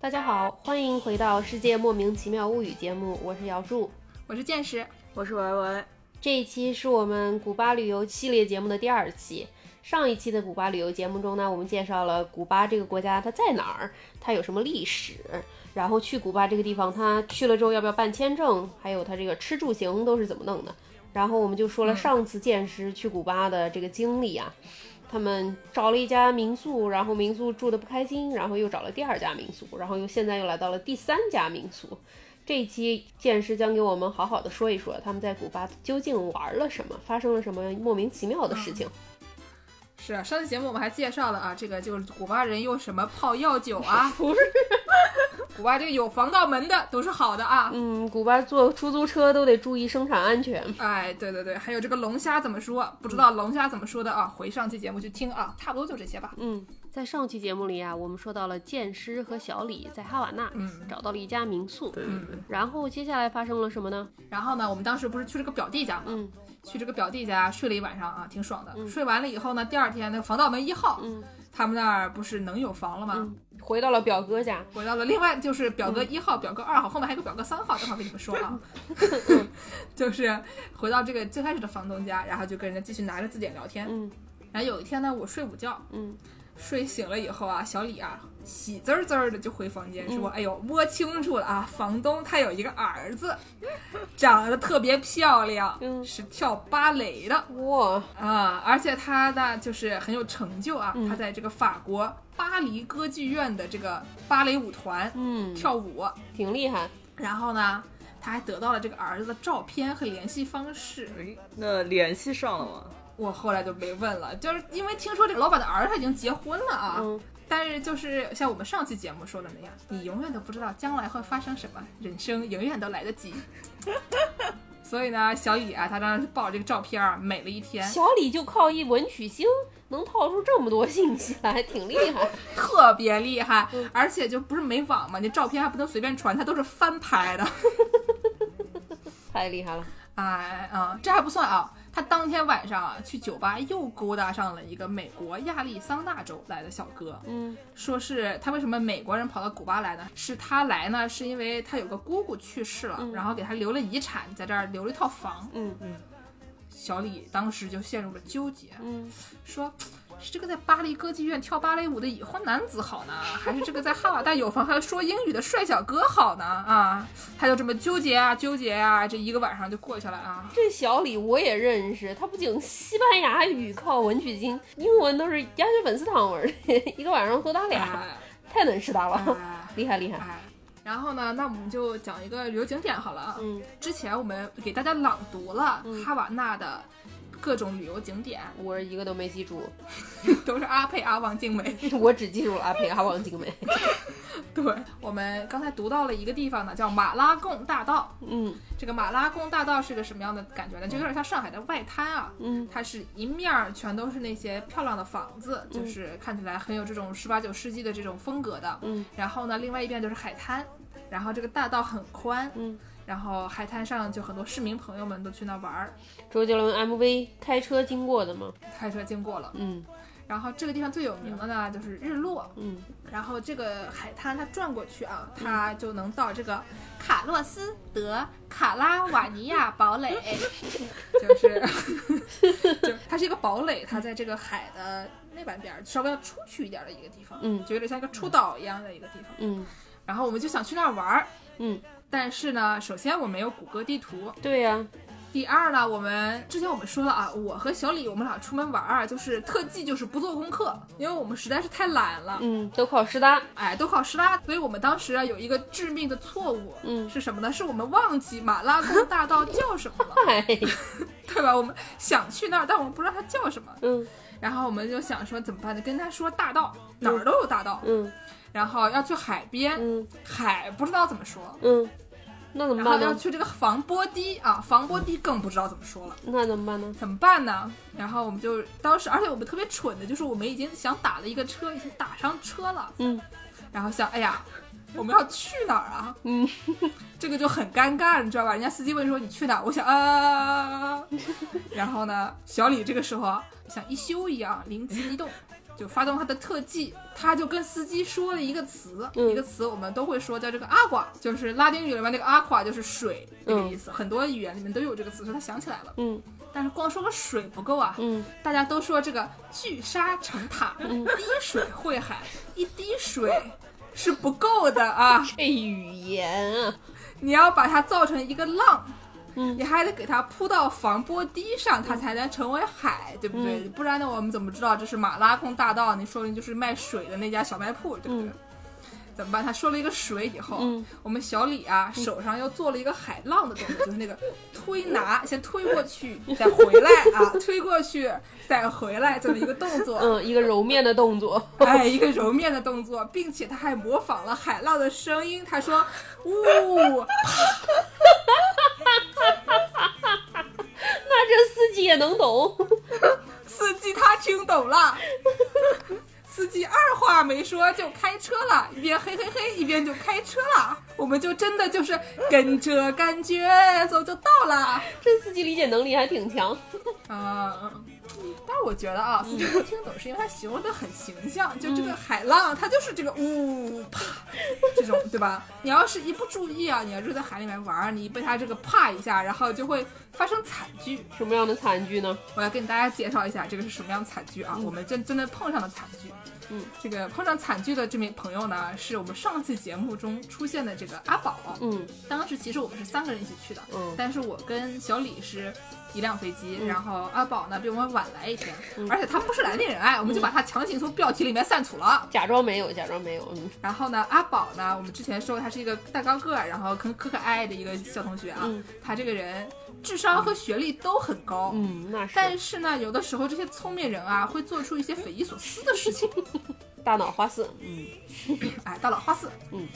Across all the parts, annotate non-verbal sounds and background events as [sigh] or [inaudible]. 大家好，欢迎回到《世界莫名其妙物语》节目，我是姚柱。我是见识，我是文文。这一期是我们古巴旅游系列节目的第二期。上一期的古巴旅游节目中呢，我们介绍了古巴这个国家它在哪儿，它有什么历史，然后去古巴这个地方，它去了之后要不要办签证，还有它这个吃住行都是怎么弄的。然后我们就说了上次见识去古巴的这个经历啊，他们找了一家民宿，然后民宿住的不开心，然后又找了第二家民宿，然后又现在又来到了第三家民宿。这一期剑师将给我们好好的说一说他们在古巴究竟玩了什么，发生了什么莫名其妙的事情。，是啊，上期节目我们还介绍了啊，这个就是古巴人用什么泡药酒啊不是，古巴这个有防盗门的都是好的啊。嗯，古巴坐出租车都得注意生产安全。哎，对对对，还有这个龙虾怎么说？不知道龙虾怎么说的啊？回上期节目去听啊，差不多就这些吧。嗯，在上期节目里啊，我们说到了剑师和小李在哈瓦那、嗯找到了一家民宿，嗯对对对，然后接下来发生了什么呢？然后呢，我们当时不是去这个表弟家嘛，嗯去这个表弟家睡了一晚上啊，挺爽的。睡完了以后呢，第二天那个防盗门一号，嗯他们那儿不是能有房了吗？嗯，回到了表哥家，回到了另外就是表嗯哥一号、表哥二号，后面还有个表哥三号，等会儿跟你们说 [laughs] 啊。就是回到这个最开始的房东家，然后就跟人家继续拿着字典聊天。嗯然后有一天呢，我睡午觉，嗯，睡醒了以后啊，小李啊喜滋儿滋儿的就回房嗯间说：“哎呦，摸清楚了啊，房东他有一个儿子，长得特别漂亮，嗯是跳芭蕾的。”哇，啊，而且他呢，就是很有成就啊，嗯他在这个法国巴黎歌剧院的这个芭蕾舞团，嗯，跳舞，挺厉害，然后呢，他还得到了这个儿子的照片和联系方式。哎，那联系上了吗？我后来就没问了，就是因为听说这个老板的儿子他已经结婚了啊。嗯但是就是像我们上期节目说的那样，你永远都不知道将来会发生什么，人生永远都来得及。 [laughs] 所以呢，小雨啊，他当时抱着这个照片儿美了一天，小李就靠一文曲星能套出这么多信息来，挺厉害。特别厉害，嗯而且就不是没网嘛，你照片还不能随便传，它都是翻拍的。太厉害了！哎啊、这还不算啊，他当天晚上啊去酒吧又勾搭上了一个美国亚利桑那州来的小哥，嗯说是他为什么美国人跑到古巴来呢？是他来呢，是因为他有个姑姑去世了，然后给他留了遗产，在这儿留了一套房。嗯小李当时就陷入了纠结，嗯，说。是这个在巴黎歌剧院跳芭蕾舞的已婚男子好呢，还是这个在哈瓦那有房还说英语的帅小哥好呢？啊，他就这么纠结啊纠结啊，这一个晚上就过去了啊。这小李我也认识，他不仅西班牙语靠文曲星，英文都是鸭血粉丝汤味儿的， [laughs] 一个晚上喝他俩，哎太能吃他了，哎厉害厉害。哎，然后呢，那我们就讲一个旅游景点好了啊。嗯，之前我们给大家朗读了嗯哈瓦那的各种旅游景点， [laughs] 我一个都没记住， [laughs] 都是阿佩、阿旺、静美。我只记住了阿佩阿旺精美。对，我们刚才读到了一个地方呢，叫马拉贡大道。嗯这个马拉贡大道是个什么样的感觉呢？就有点像上海的外滩啊。嗯它是一面儿全都是那些漂亮的房子，就是看起来很有这种十八九世纪的这种风格的。嗯然后呢，另外一边就是海滩，然后这个大道很宽，嗯，然后海滩上就很多市民朋友们都去那玩儿，周杰伦 MV 开车经过的嘛。开车经过了。嗯然后这个地方最有名的呢就是日落，嗯然后这个海滩它转过去啊，它就能到这个卡洛斯德卡拉瓦尼亚 [laughs] 堡垒，就是，就它是一个堡垒，它在这个海的那半边儿稍微要出去一点儿的一个地方，嗯就有点像一个出岛一样的一个地方。嗯然后我们就想去那儿玩儿，嗯，但是呢，首先我没有谷歌地图，对呀、第二呢，我们之前我们说了啊，我和小李我们俩出门玩啊，就是特技就是不做功课，因为我们实在是太懒了，嗯，都靠师大。哎，都考师大，所以我们当时啊有一个致命的错误，嗯是什么呢？是我们忘记马拉松大道叫什 [laughs] 么了，哎，对吧？我们想去那儿，但我们不知道它叫什么，嗯然后我们就想说怎么办呢？跟他说大道哪儿都有大道，嗯然后要去海边，嗯海不知道怎么说。嗯，那怎么然后办要呢？去这个防波堤啊，防波堤更不知道怎么说了。那怎么办呢？怎么办呢？然后我们就当时，而且我们特别蠢的，就是我们已经想打了一个车，已经打上车了，嗯然后想，哎呀，我们要去哪儿啊？嗯，这个就很尴尬，你知道吧？人家司机问说你去哪儿，我想啊，然后呢，小李这个时候啊像一休一样灵机一动，就发动他的特技，他就跟司机说了一个词，嗯一个词我们都会说叫这个 aqua，就是拉丁语里面那个 aqua 就是水这个嗯意思，很多语言里面都有这个词，所以他想起来了。嗯但是光说个水不够啊，嗯大家都说这个聚沙成塔，滴水汇海，一滴水是不够 [laughs] 的啊，这语言啊，你要把它造成一个浪。嗯你还得给它铺到防波堤上，它才能成为海，对不嗯对？不然呢，我们怎么知道这是马拉贡大道？你说不定就是卖水的那家小卖铺，对不对？嗯怎么办？他说了一个水以后，嗯我们小李啊手上又做了一个海浪的动作，就是那个推拿，先推过 [laughs] 去，再回来啊，推过去再回来这么一个动作。嗯，一个揉面的动作， [laughs] 哎，一个揉面的动作，并且他还模仿了海浪的声音。他说：“呜、那这司机也能懂，司机他听懂了。司机二话没说就开车了，一边嘿嘿嘿，一边就开车了。我们就真的就是跟着感觉走就到了。这司机理解能力还挺强。嗯，但是我觉得啊，嗯司机能听懂是因为他形容的很形象，就这个海浪，它就是这个呜啪这种，对吧？ [laughs] 你要是一不注意啊，你要是在海里面玩儿，你被它这个啪一下，然后就会发生惨剧。什么样的惨剧呢？我要跟大家介绍一下这个是什么样的惨剧啊！我们真真的碰上了惨剧。嗯，这个碰上惨剧的这名朋友呢，是我们上期节目中出现的这个阿宝。啊嗯当时其实我们是三个人一起去的，嗯但是我跟小李是一辆飞机，嗯然后阿宝呢比我们晚来一天，而且他不是来恋人爱，我们就把他强行从标题里面删除了。假装没有，假装没有。嗯然后呢，阿宝呢，我们之前说过他是一个大高个儿，然后可可可爱爱的一个小同学啊，嗯他这个人智商和学历都很高，嗯，那是但是呢，有的时候这些聪明人啊，会做出一些匪夷所思的事情。 [laughs] 大脑花四。嗯哎，大佬花四，嗯。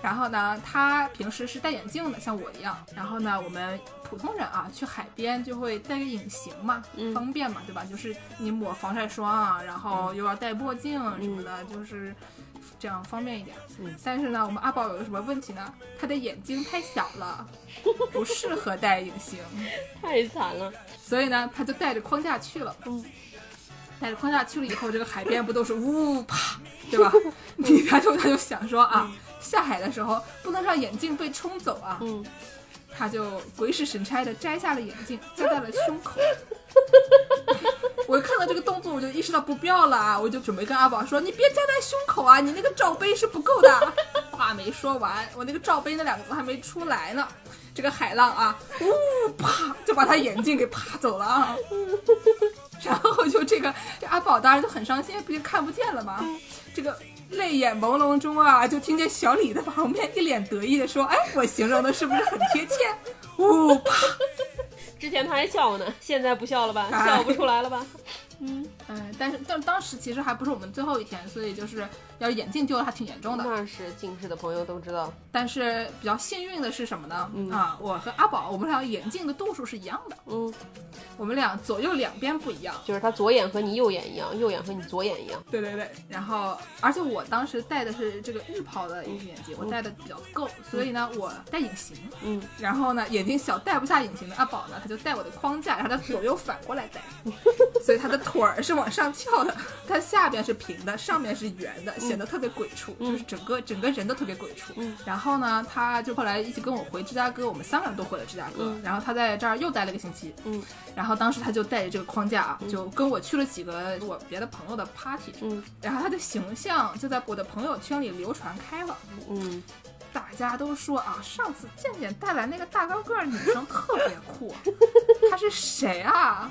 然后呢，他平时是戴眼镜的，像我一样。然后呢，我们普通人啊，去海边就会戴个隐形嘛，嗯方便嘛，对吧？就是你抹防晒霜啊，然后嗯又要戴墨镜什么的，就是这样方便一点。嗯但是呢，我们阿宝有什么问题呢？他的眼睛太小了，不适合戴隐形。太惨了。所以呢，他就带着框架去了。嗯，带着框架去了以后，这个海边不都是呜 [laughs] 啪，对吧？你他就他就想说啊，下海的时候不能让眼镜被冲走啊，嗯，他就鬼使神差的摘下了眼 [laughs] 镜，摘在了胸口。我看到这个动作，我就意识到不妙了啊！我就准备跟阿宝说：“你别摘在胸口啊，你那个罩杯是不够的。”话没说完，我那个罩杯那两个字还没出来呢，这个海浪啊，呜啪就把他眼镜给啪走了啊！ [laughs] 然后就这个这阿宝当然就很伤心，毕竟看不见了嘛。这个泪眼朦胧中啊，就听见小李在旁边一脸得意的说：“哎，我形容的是不是很贴切？”呜、啪！之前他还笑呢，现在不笑了吧？哎笑不出来了 [laughs] 吧？ [laughs] 嗯，但是但当时其实还不是我们最后一天，所以就是要眼镜丢了还挺严重的。那是近视的朋友都知道。但是比较幸运的是什么呢？嗯啊，我和阿宝我们俩眼镜的度数是一样的，嗯，我们俩左右两边不一样。就是他左眼和你右眼一样，右眼和你左眼一样。对对对，然后而且我当时戴的是这个日抛的隐形眼哦镜，我戴的比较够，所以呢我戴隐形，嗯，然后呢眼睛小戴不下隐形的阿啊宝呢，他就戴我的框架，然后他左右反过 [laughs] 来戴，所以他的腿儿是往上翘的，他下边是平的，上面是圆的，显得特别鬼畜，就是整个整个人都特别鬼畜。嗯然后呢，他就后来一起跟我回芝加哥，我们三个人都回了芝加哥，嗯然后他在这儿又待了一个星期，嗯，然后当时他就带着这个框架啊，就跟我去了几个我别的朋友的 party，嗯然后他的形象就在我的朋友圈里流传开了。嗯，大家都说啊，上次健健带来那个大高个儿女生特别酷，她是谁啊？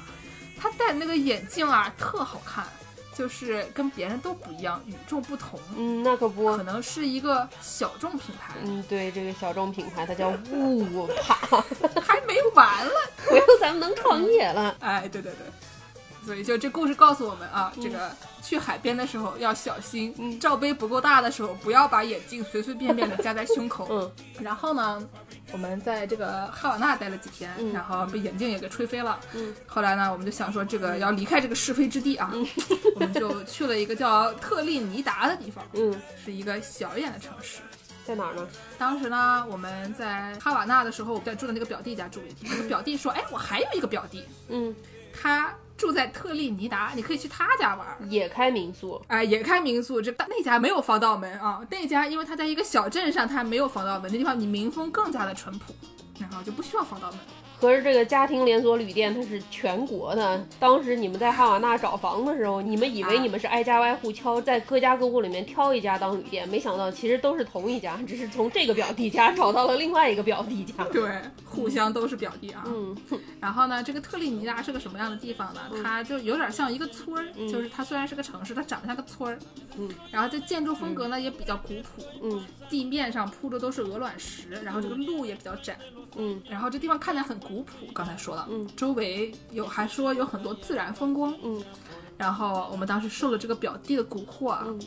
她戴那个眼镜啊，特好看，就是跟别人都不一样，与众不同，嗯，那可不可。能是一个小众品牌。嗯，对，这个小众品牌它叫雾 [laughs] 啪，还没完了，回头咱们能创业了。哎，对对对。所以就这故事告诉我们啊，这个去海边的时候要小心，嗯罩杯不够大的时候不要把眼镜随随便便的夹在 [laughs] 胸口，嗯然后呢，我们在这个哈瓦那待了几天，嗯然后被眼镜也给吹飞了。嗯后来呢，我们就想说这个要离开这个是非之地啊， [laughs] 我们就去了一个叫特立尼达的地方，嗯，是一个小一点的城市。在哪儿呢？当时呢，我们在哈瓦那的时候，我们在住的那个表弟家住一天。我表弟说：“哎，我还有一个表弟，嗯他住在特立尼达，你可以去他家玩儿。也开民宿，哎，也开民宿，这但那家没有防盗门啊，那家因为它在一个小镇上，它没有防盗门，这地方你民风更加的淳朴，然后就不需要防盗门。合着这个家庭连锁旅店它是全国的。当时你们在哈瓦那找房的时候，你们以为啊你们是挨家挨户敲，在各家各户里面挑一家当旅店，没想到其实都是同一家，只是从这个表弟家找到了另外一个表弟家。对，互相都是表弟啊。嗯，然后呢，这个特立尼达是个什么样的地方呢？它就有点像一个村儿，嗯就是它虽然是个城市，它长得像个村儿。嗯。然后这建筑风格呢也比较古朴，嗯地面上铺的都是鹅卵石，然后这个路也比较窄，嗯然后这地方看起来很古朴。刚才说了，嗯周围有还说有很多自然风光。嗯然后我们当时受了这个表弟的蛊惑啊，嗯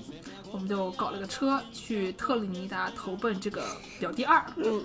我们就搞了个车去特立尼达投奔这个表弟二，嗯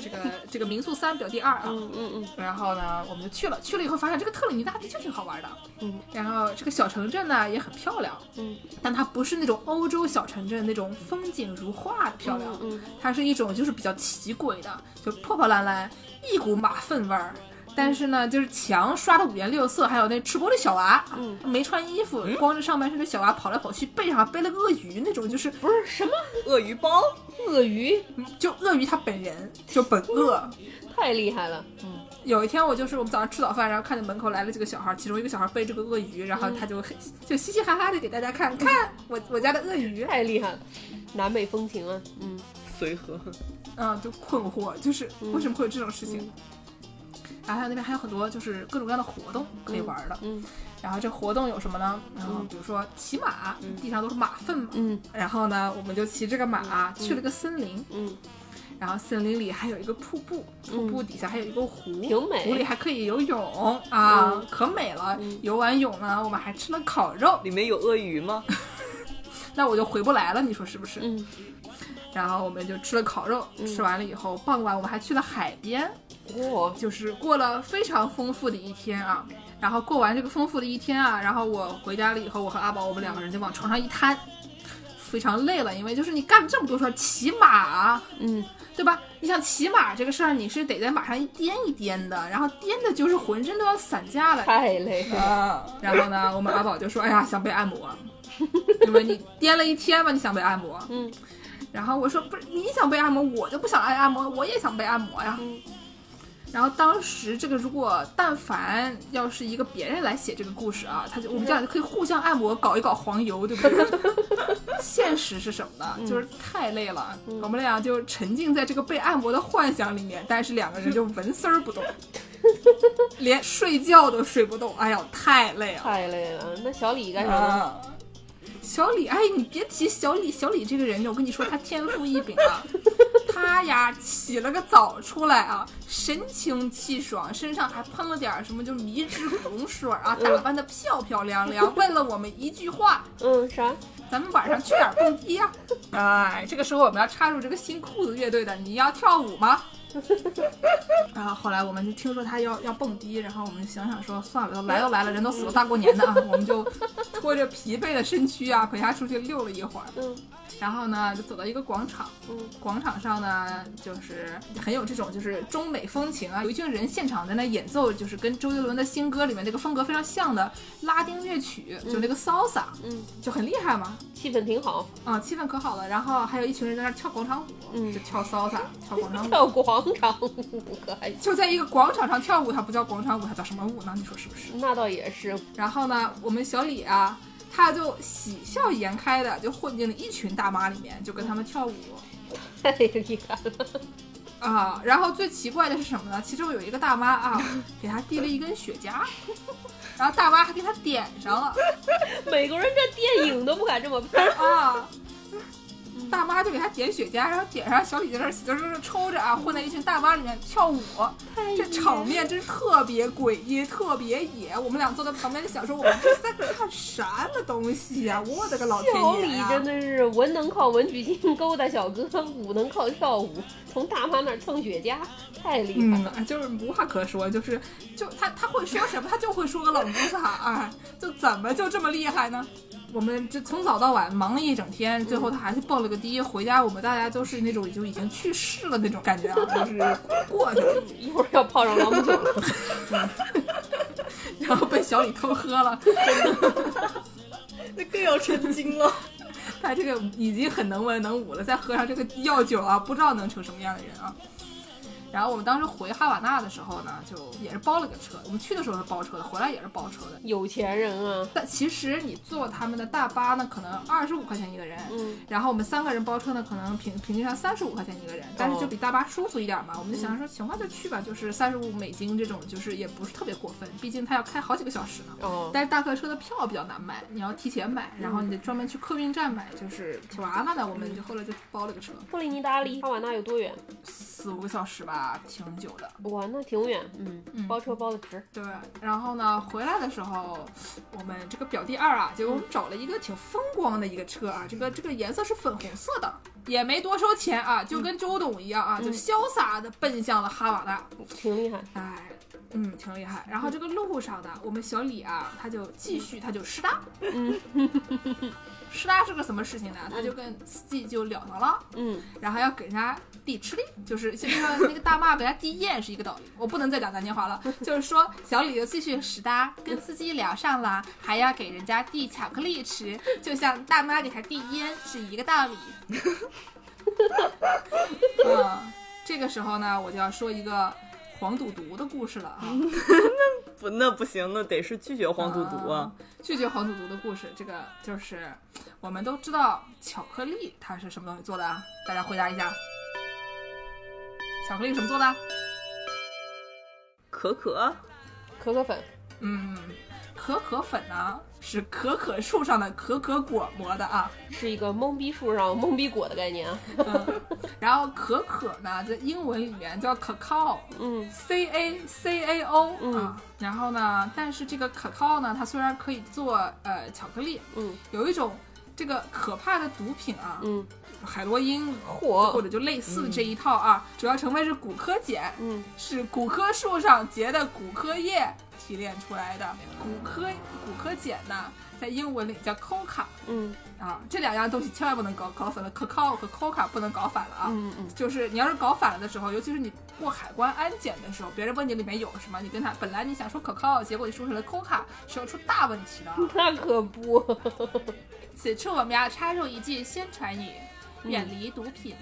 这个这个民宿三表弟二啊。嗯嗯然后呢，我们就去了，去了以后发现这个特立尼达的确挺好玩的，嗯，然后这个小城镇呢也很漂亮，嗯，但它不是那种欧洲小城镇那种风景如画的漂亮，嗯它是一种就是比较奇诡的，就破破烂烂，一股马粪味儿。但是呢，就是墙刷的五颜六色，还有那赤膊的小娃，嗯，没穿衣服，光着上半身的小娃跑来跑去，背上还背了个鳄鱼那种，就是嗯不是什么鳄鱼包，鳄鱼，就鳄鱼它本人就本鳄，太厉害了。有一天我就是我们早上吃早饭，然后看见门口来了几个小孩儿，其中一个小孩背着个鳄鱼，然后他就很就嘻嘻哈哈的给大家看看我我家的鳄鱼，太厉害了，南北风情啊，嗯随和，嗯，就困惑，就是为什么会有这种事情？嗯然后还有那边还有很多就是各种各样的活动可以玩儿的，嗯然后这活动有什么呢？然后比如说骑马，地上都是马粪嘛，嗯然后呢我们就骑这个马去了个森林，嗯，然后森林里还有一个瀑布，瀑布底下还有一个湖，挺美湖里还可以游泳啊，嗯可美了。嗯游完泳呢，我们还吃了烤肉，里面有鳄鱼吗？那我就回不来了，你说是不是？嗯，然后我们就吃了烤肉，吃完了以后，傍晚我们还去了海边，哇，就是过了非常丰富的一天啊。然后过完这个丰富的一天啊，然后我回家了以后，我和阿宝我们两个人就往床上一瘫，非常累了，因为就是你干了这么多事儿，骑马啊，嗯对吧？你想骑马这个事儿，你是得在马上一颠一颠的，然后颠的就是浑身都要散架了。太累了，啊！然后呢，我们阿宝就说：“哎呀，想被按摩，因为你颠了一天嘛，你想被按摩。”嗯。然后我说：“不是，你想被按摩，我就不想挨按摩，我也想被按摩呀。嗯然后当时这个如果但凡要是一个别人来写这个故事啊，他就我们这样就可以互相按摩，搞一搞黄油，对不对？现实是什么呢？就是太累了，我们俩就沉浸在这个被按摩的幻想里面，但是两个人就纹丝儿不动，连睡觉都睡不动。哎呀，太累了。太累了。那小李干啥呢？啊，小李，哎，你别提小李，小李这个人，我跟你说，他天赋异禀啊。他呀，起了个早出来啊，神清气爽，身上还喷了点儿什么，就迷之古龙水儿啊，打扮的漂漂亮亮。问了我们一句话，嗯，啥？咱们晚上去哪儿蹦迪呀、哎，这个时候我们要插入这个新裤子乐队的，你要跳舞吗？ [laughs] 然后后来我们就听说他要要蹦迪，然后我们就想想说，算了，都来都来了，人都死了，大过年的 [laughs] 啊，我们就拖着疲惫的身躯啊，陪他出去溜了一会儿。嗯然后呢，就走到一个广场，嗯广场上呢，就是很有这种就是中美风情啊，有一群人现场在那演奏，就是跟周杰伦的新歌里面那个风格非常像的拉丁乐曲，就那个 salsa，嗯，就很厉害嘛。气氛挺好。啊、气氛可好了，然后还有一群人在那儿跳广场舞，嗯就跳 salsa，跳广场舞， [laughs] 跳广场舞可还行，就在一个广场上跳舞，它不叫广场舞，它叫什么舞呢？你说是不是？那倒也是。 [laughs] 然后呢，我们小李啊，他就喜笑颜开的就混进了一群大妈里面，就跟他们跳舞太厉害了，啊、然后最奇怪的是什么呢？其中有一个大妈啊，给他递了一根雪茄，然后大妈还给他点上了。美国人这电影都不敢这么拍。啊，大妈就给他点雪茄，然后点上小李在那儿就是抽着啊，混在一群大妈里面跳舞，这场面真是特别诡异，特别野。我们俩坐在旁边就想说，我们这在看什么东西呀、我的个老天小爷李呀、真的是文能靠文曲星勾搭小哥，武能靠跳舞，从大妈那儿蹭雪茄，太厉害了。嗯，就是无话可说，就是就他他会说什么，他就会说个冷不丁哎，就怎么就这么厉害呢？我们这从早到晚忙了一整天，最后他还是蹦了个迪。回家我们大家都是那种就已经去世了那种感觉啊，就是过去了。 [laughs] 一会儿要泡上朗姆酒了。然后被小李偷喝了。 [laughs] 那更要成精了。他这个已经很能文能武了，再喝上这个药酒啊，不知道能成什么样的人啊。然后我们当时回哈瓦那的时候呢，就也是包了个车。我们去的时候是包车的，回来也是包车的。有钱人啊，但其实你坐他们的大巴呢，可能二十五块钱一个人，嗯，然后我们三个人包车呢，可能平平均上三十五块钱一个人，但是就比大巴舒服一点嘛。我们就想说，行吧，就去吧，就是三十五美金这种，就是也不是特别过分，毕竟它要开好几个小时呢。哦，但是大客车的票比较难买，你要提前买，然后你得专门去客运站买，就是挺麻烦的。我们就后来就包了个车，布里尼达离哈瓦那有多远？四五个小时吧，挺久的。哇，那挺远，嗯，嗯包车包的值，对，然后呢，回来的时候，我们这个表弟二啊，结果我们找了一个挺风光的一个车啊，这个这个颜色是粉红色的，也没多收钱啊，就跟周董一样啊，就潇洒的奔向了哈瓦那。挺厉害，哎，嗯，挺厉害。然后这个路上呢，我们小李啊，他就继续，他就师大，师大是个什么事情呢？他就跟司机就了上了，嗯，然后要给人家递吃力，就是就像那个大骂给人家递雁是一个道理。我不能再讲南京话了，就是说小李就继续师大，跟司机聊上了，还要给人家递巧克力吃，就像大妈给他递烟是一个道理。 [laughs] 嗯，这个时候呢，我就要说一个黄赌毒的故事了啊。不，那不行，那得是拒绝黄赌毒啊。拒绝黄赌毒的故事，这个就是我们都知道巧克力它是什么东西做的啊？大家回答一下，巧克力是什么做的？啊可可，可可粉，嗯，可可粉呢是可可树上的可可果磨的啊。是一个懵逼树上懵逼果的概念啊，嗯、然后可可呢，在英文里面叫 cacao。嗯， C A C A O、嗯啊，然后呢，但是这个可靠呢，它虽然可以做呃巧克力，嗯，有一种这个可怕的毒品啊，嗯，哦海洛因嚯或者就类似这一套啊，主要成分是骨科碱，嗯，是骨科树上结的骨科叶提炼出来的。骨科骨科碱呢，在英文里叫 coca 嗯啊，这两样东西千万不能搞搞反了，可靠和 coca 不能搞反了啊。嗯嗯，就是你要是搞反了的时候，尤其是你过海关安检的时候，别人问你里面有什么，你跟他本来你想说可靠，结果你说成了 coca，是要出大问题 [laughs] 的。嗯 [laughs] 那可不，此处我们要插入一句宣传语：远离毒品，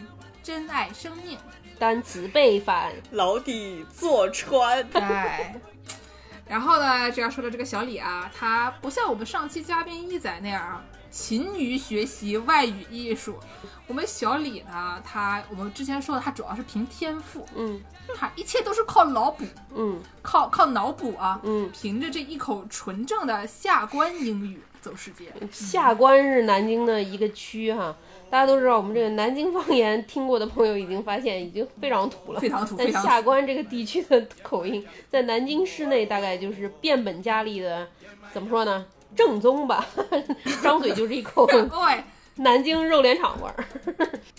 珍爱生 [laughs] 命。单词背反，牢底坐穿。哎。然后呢，这要说到这个小李啊，他不像我们上期嘉宾一仔那样啊，勤于学习外语艺术。我们小李呢，他我们之前说的，他主要是凭天赋，嗯他一切都是靠脑补，嗯靠靠脑补啊，嗯，凭着这一口纯正的下关英语走世界。嗯下关是南京的一个区哈、大家都知道我们这个南京方言，听过的朋友已经发现已经非常土了非。常土，但非 [laughs] 常下土。关这个地区的口音，在南京市内大概就是变本加厉的，怎么说呢？正宗 [laughs] 吧，张嘴就是一口对，南京肉联厂味儿。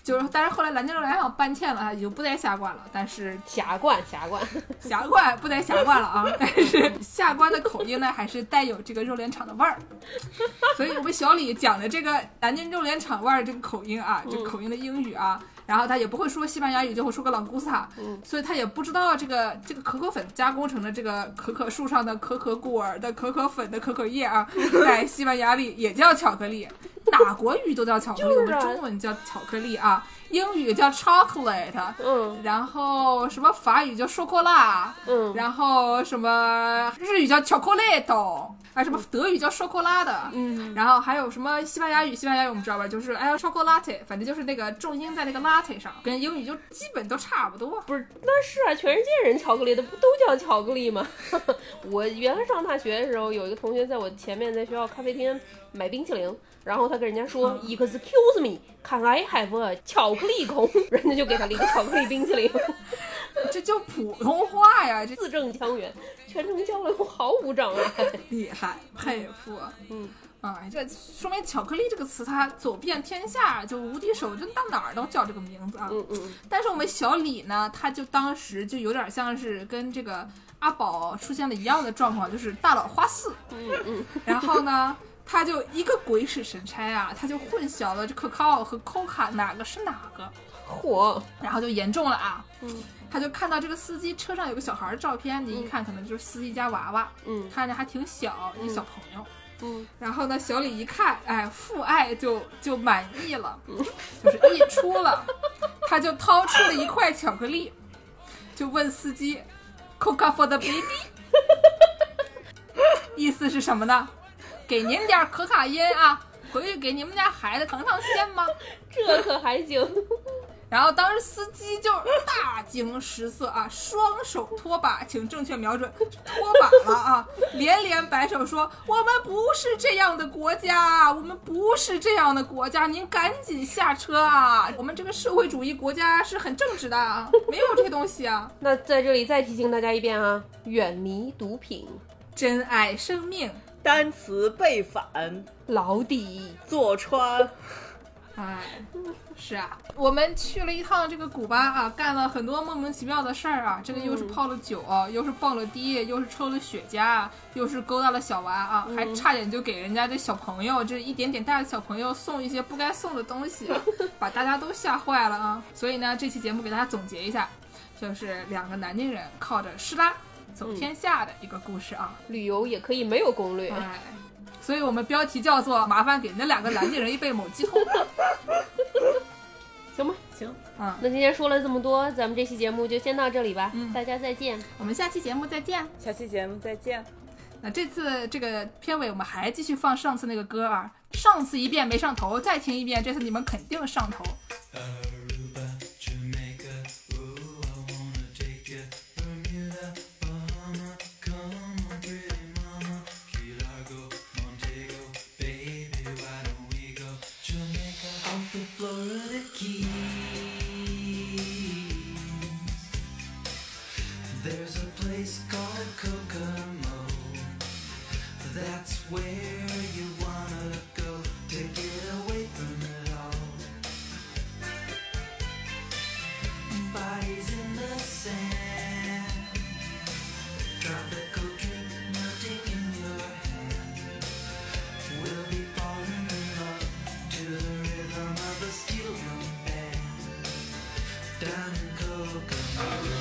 就是，但是后来南京肉联想搬迁了，他已经不在下关了。但是霞冠，霞冠，霞冠 [laughs] 不在霞冠了啊，但是下关的口音呢，还是带有这个肉联厂的味儿。所以我们小李讲的这个南京肉联厂味儿这个口音啊，这口音的英语啊，然后他也不会说西班牙语，就会说个朗古斯塔，所以他也不知道这个这个可可粉加工成的这个可可树上的可可果儿的可可粉的可可叶啊， [laughs] 在西班牙里也叫巧克力。哪国语都叫巧克力，我是们啊中文叫巧克力啊，英语叫 chocolate，嗯然后什么法语叫说过啦，嗯然后什么日语叫 chocolate，啊，什么德语叫说过啦的，嗯，然后还有什么西班牙语，西班牙语我们知道吧，就是哎呀 chocolate，反正就是那个重音在那个 latte 上，跟英语就基本都差不多。不是，那是啊，全世界人巧克力的不都叫巧克力吗？ [laughs] 我原来上大学的时候，有一个同学在我前面，在学校咖啡厅买冰淇淋，然后他跟人家说、嗯 e x c u s e me, can I have a 巧克力孔？” [laughs] 人家就给他了一个巧克力冰淇淋， [laughs] 这就普通话呀，这字正腔圆，全程交流毫无障碍。厉害，佩服。嗯，啊，这说明“巧克力”这个词，它走遍天下，就无敌手，就到哪儿都叫这个名字啊。嗯嗯，但是我们小李呢，他就当时就有点像是跟这个阿宝出现了一样的状况，就是大佬花四。嗯嗯。然后呢，他就一个鬼使神差啊，他就混淆了这可靠和 coca 哪个是哪个，火，然后就严重了啊。嗯。他就看到这个司机车上有个小孩儿照片，你一看可能就是司机家娃娃，嗯看着还挺小，一小朋友。嗯然后呢，小李一看，哎，父爱就就满意了，嗯 [laughs] 就是溢出了，他就掏出了一块巧克力，就问司机，Coca for the baby，意思是什么呢？给您点儿可卡因啊，回去给你们家孩子尝尝鲜吗？这可还行。 [laughs] 然后当时司机就大惊失色啊，双手拖把，请正确瞄准， [laughs] 拖把了啊， [laughs] 连连摆手说：“我们不是这样的国家，啊我们不是这样的国家，您赶紧下车啊！ [laughs] 我们这个社会主义国家是很正直的，啊，没有这些东西啊，那在这里再提醒大家一遍啊，远离毒品，珍爱生命。”单词背反，牢底。坐穿，哎，是啊，我们去了一趟这个古巴啊，干了很多莫名其妙的事儿啊。这个又是泡了酒，又是蹦了迪，又是抽了雪茄，又是勾搭了小娃啊，还差点就给人家这小朋友，这一点点大的小朋友送一些不该送的东西，啊把大家都吓坏了啊。所以呢，这期节目给大家总结一下，就是两个南京人靠着施拉走天下的一个故事啊。旅游也可以没有攻略，哎，所以我们标题叫做“麻烦给那两个南京人一杯某鸡桶行吧？行，”啊。那今天说了这么多，咱们这期节目就先到这里吧，嗯大家再见。我们下期节目再见。下期节目再见。那这次这个片尾我们还继续放上次那个歌啊，上次一遍没上头，再听一遍，这次你们肯定上头。 Aruba, Jamaica, ooh, I wanna take ya. Bermuda, Bahama, come on, pretty mama. Key Largo, Montego, baby, why don't we go? Jamaica, off the Florida Keys. There's a place called Kokomo. That's where you wanna go to get away from it all. Bodies in the sand. Tropical drink melting in your hand. We'll be falling in love to the rhythm of a steel drum band. Down in Kokomo.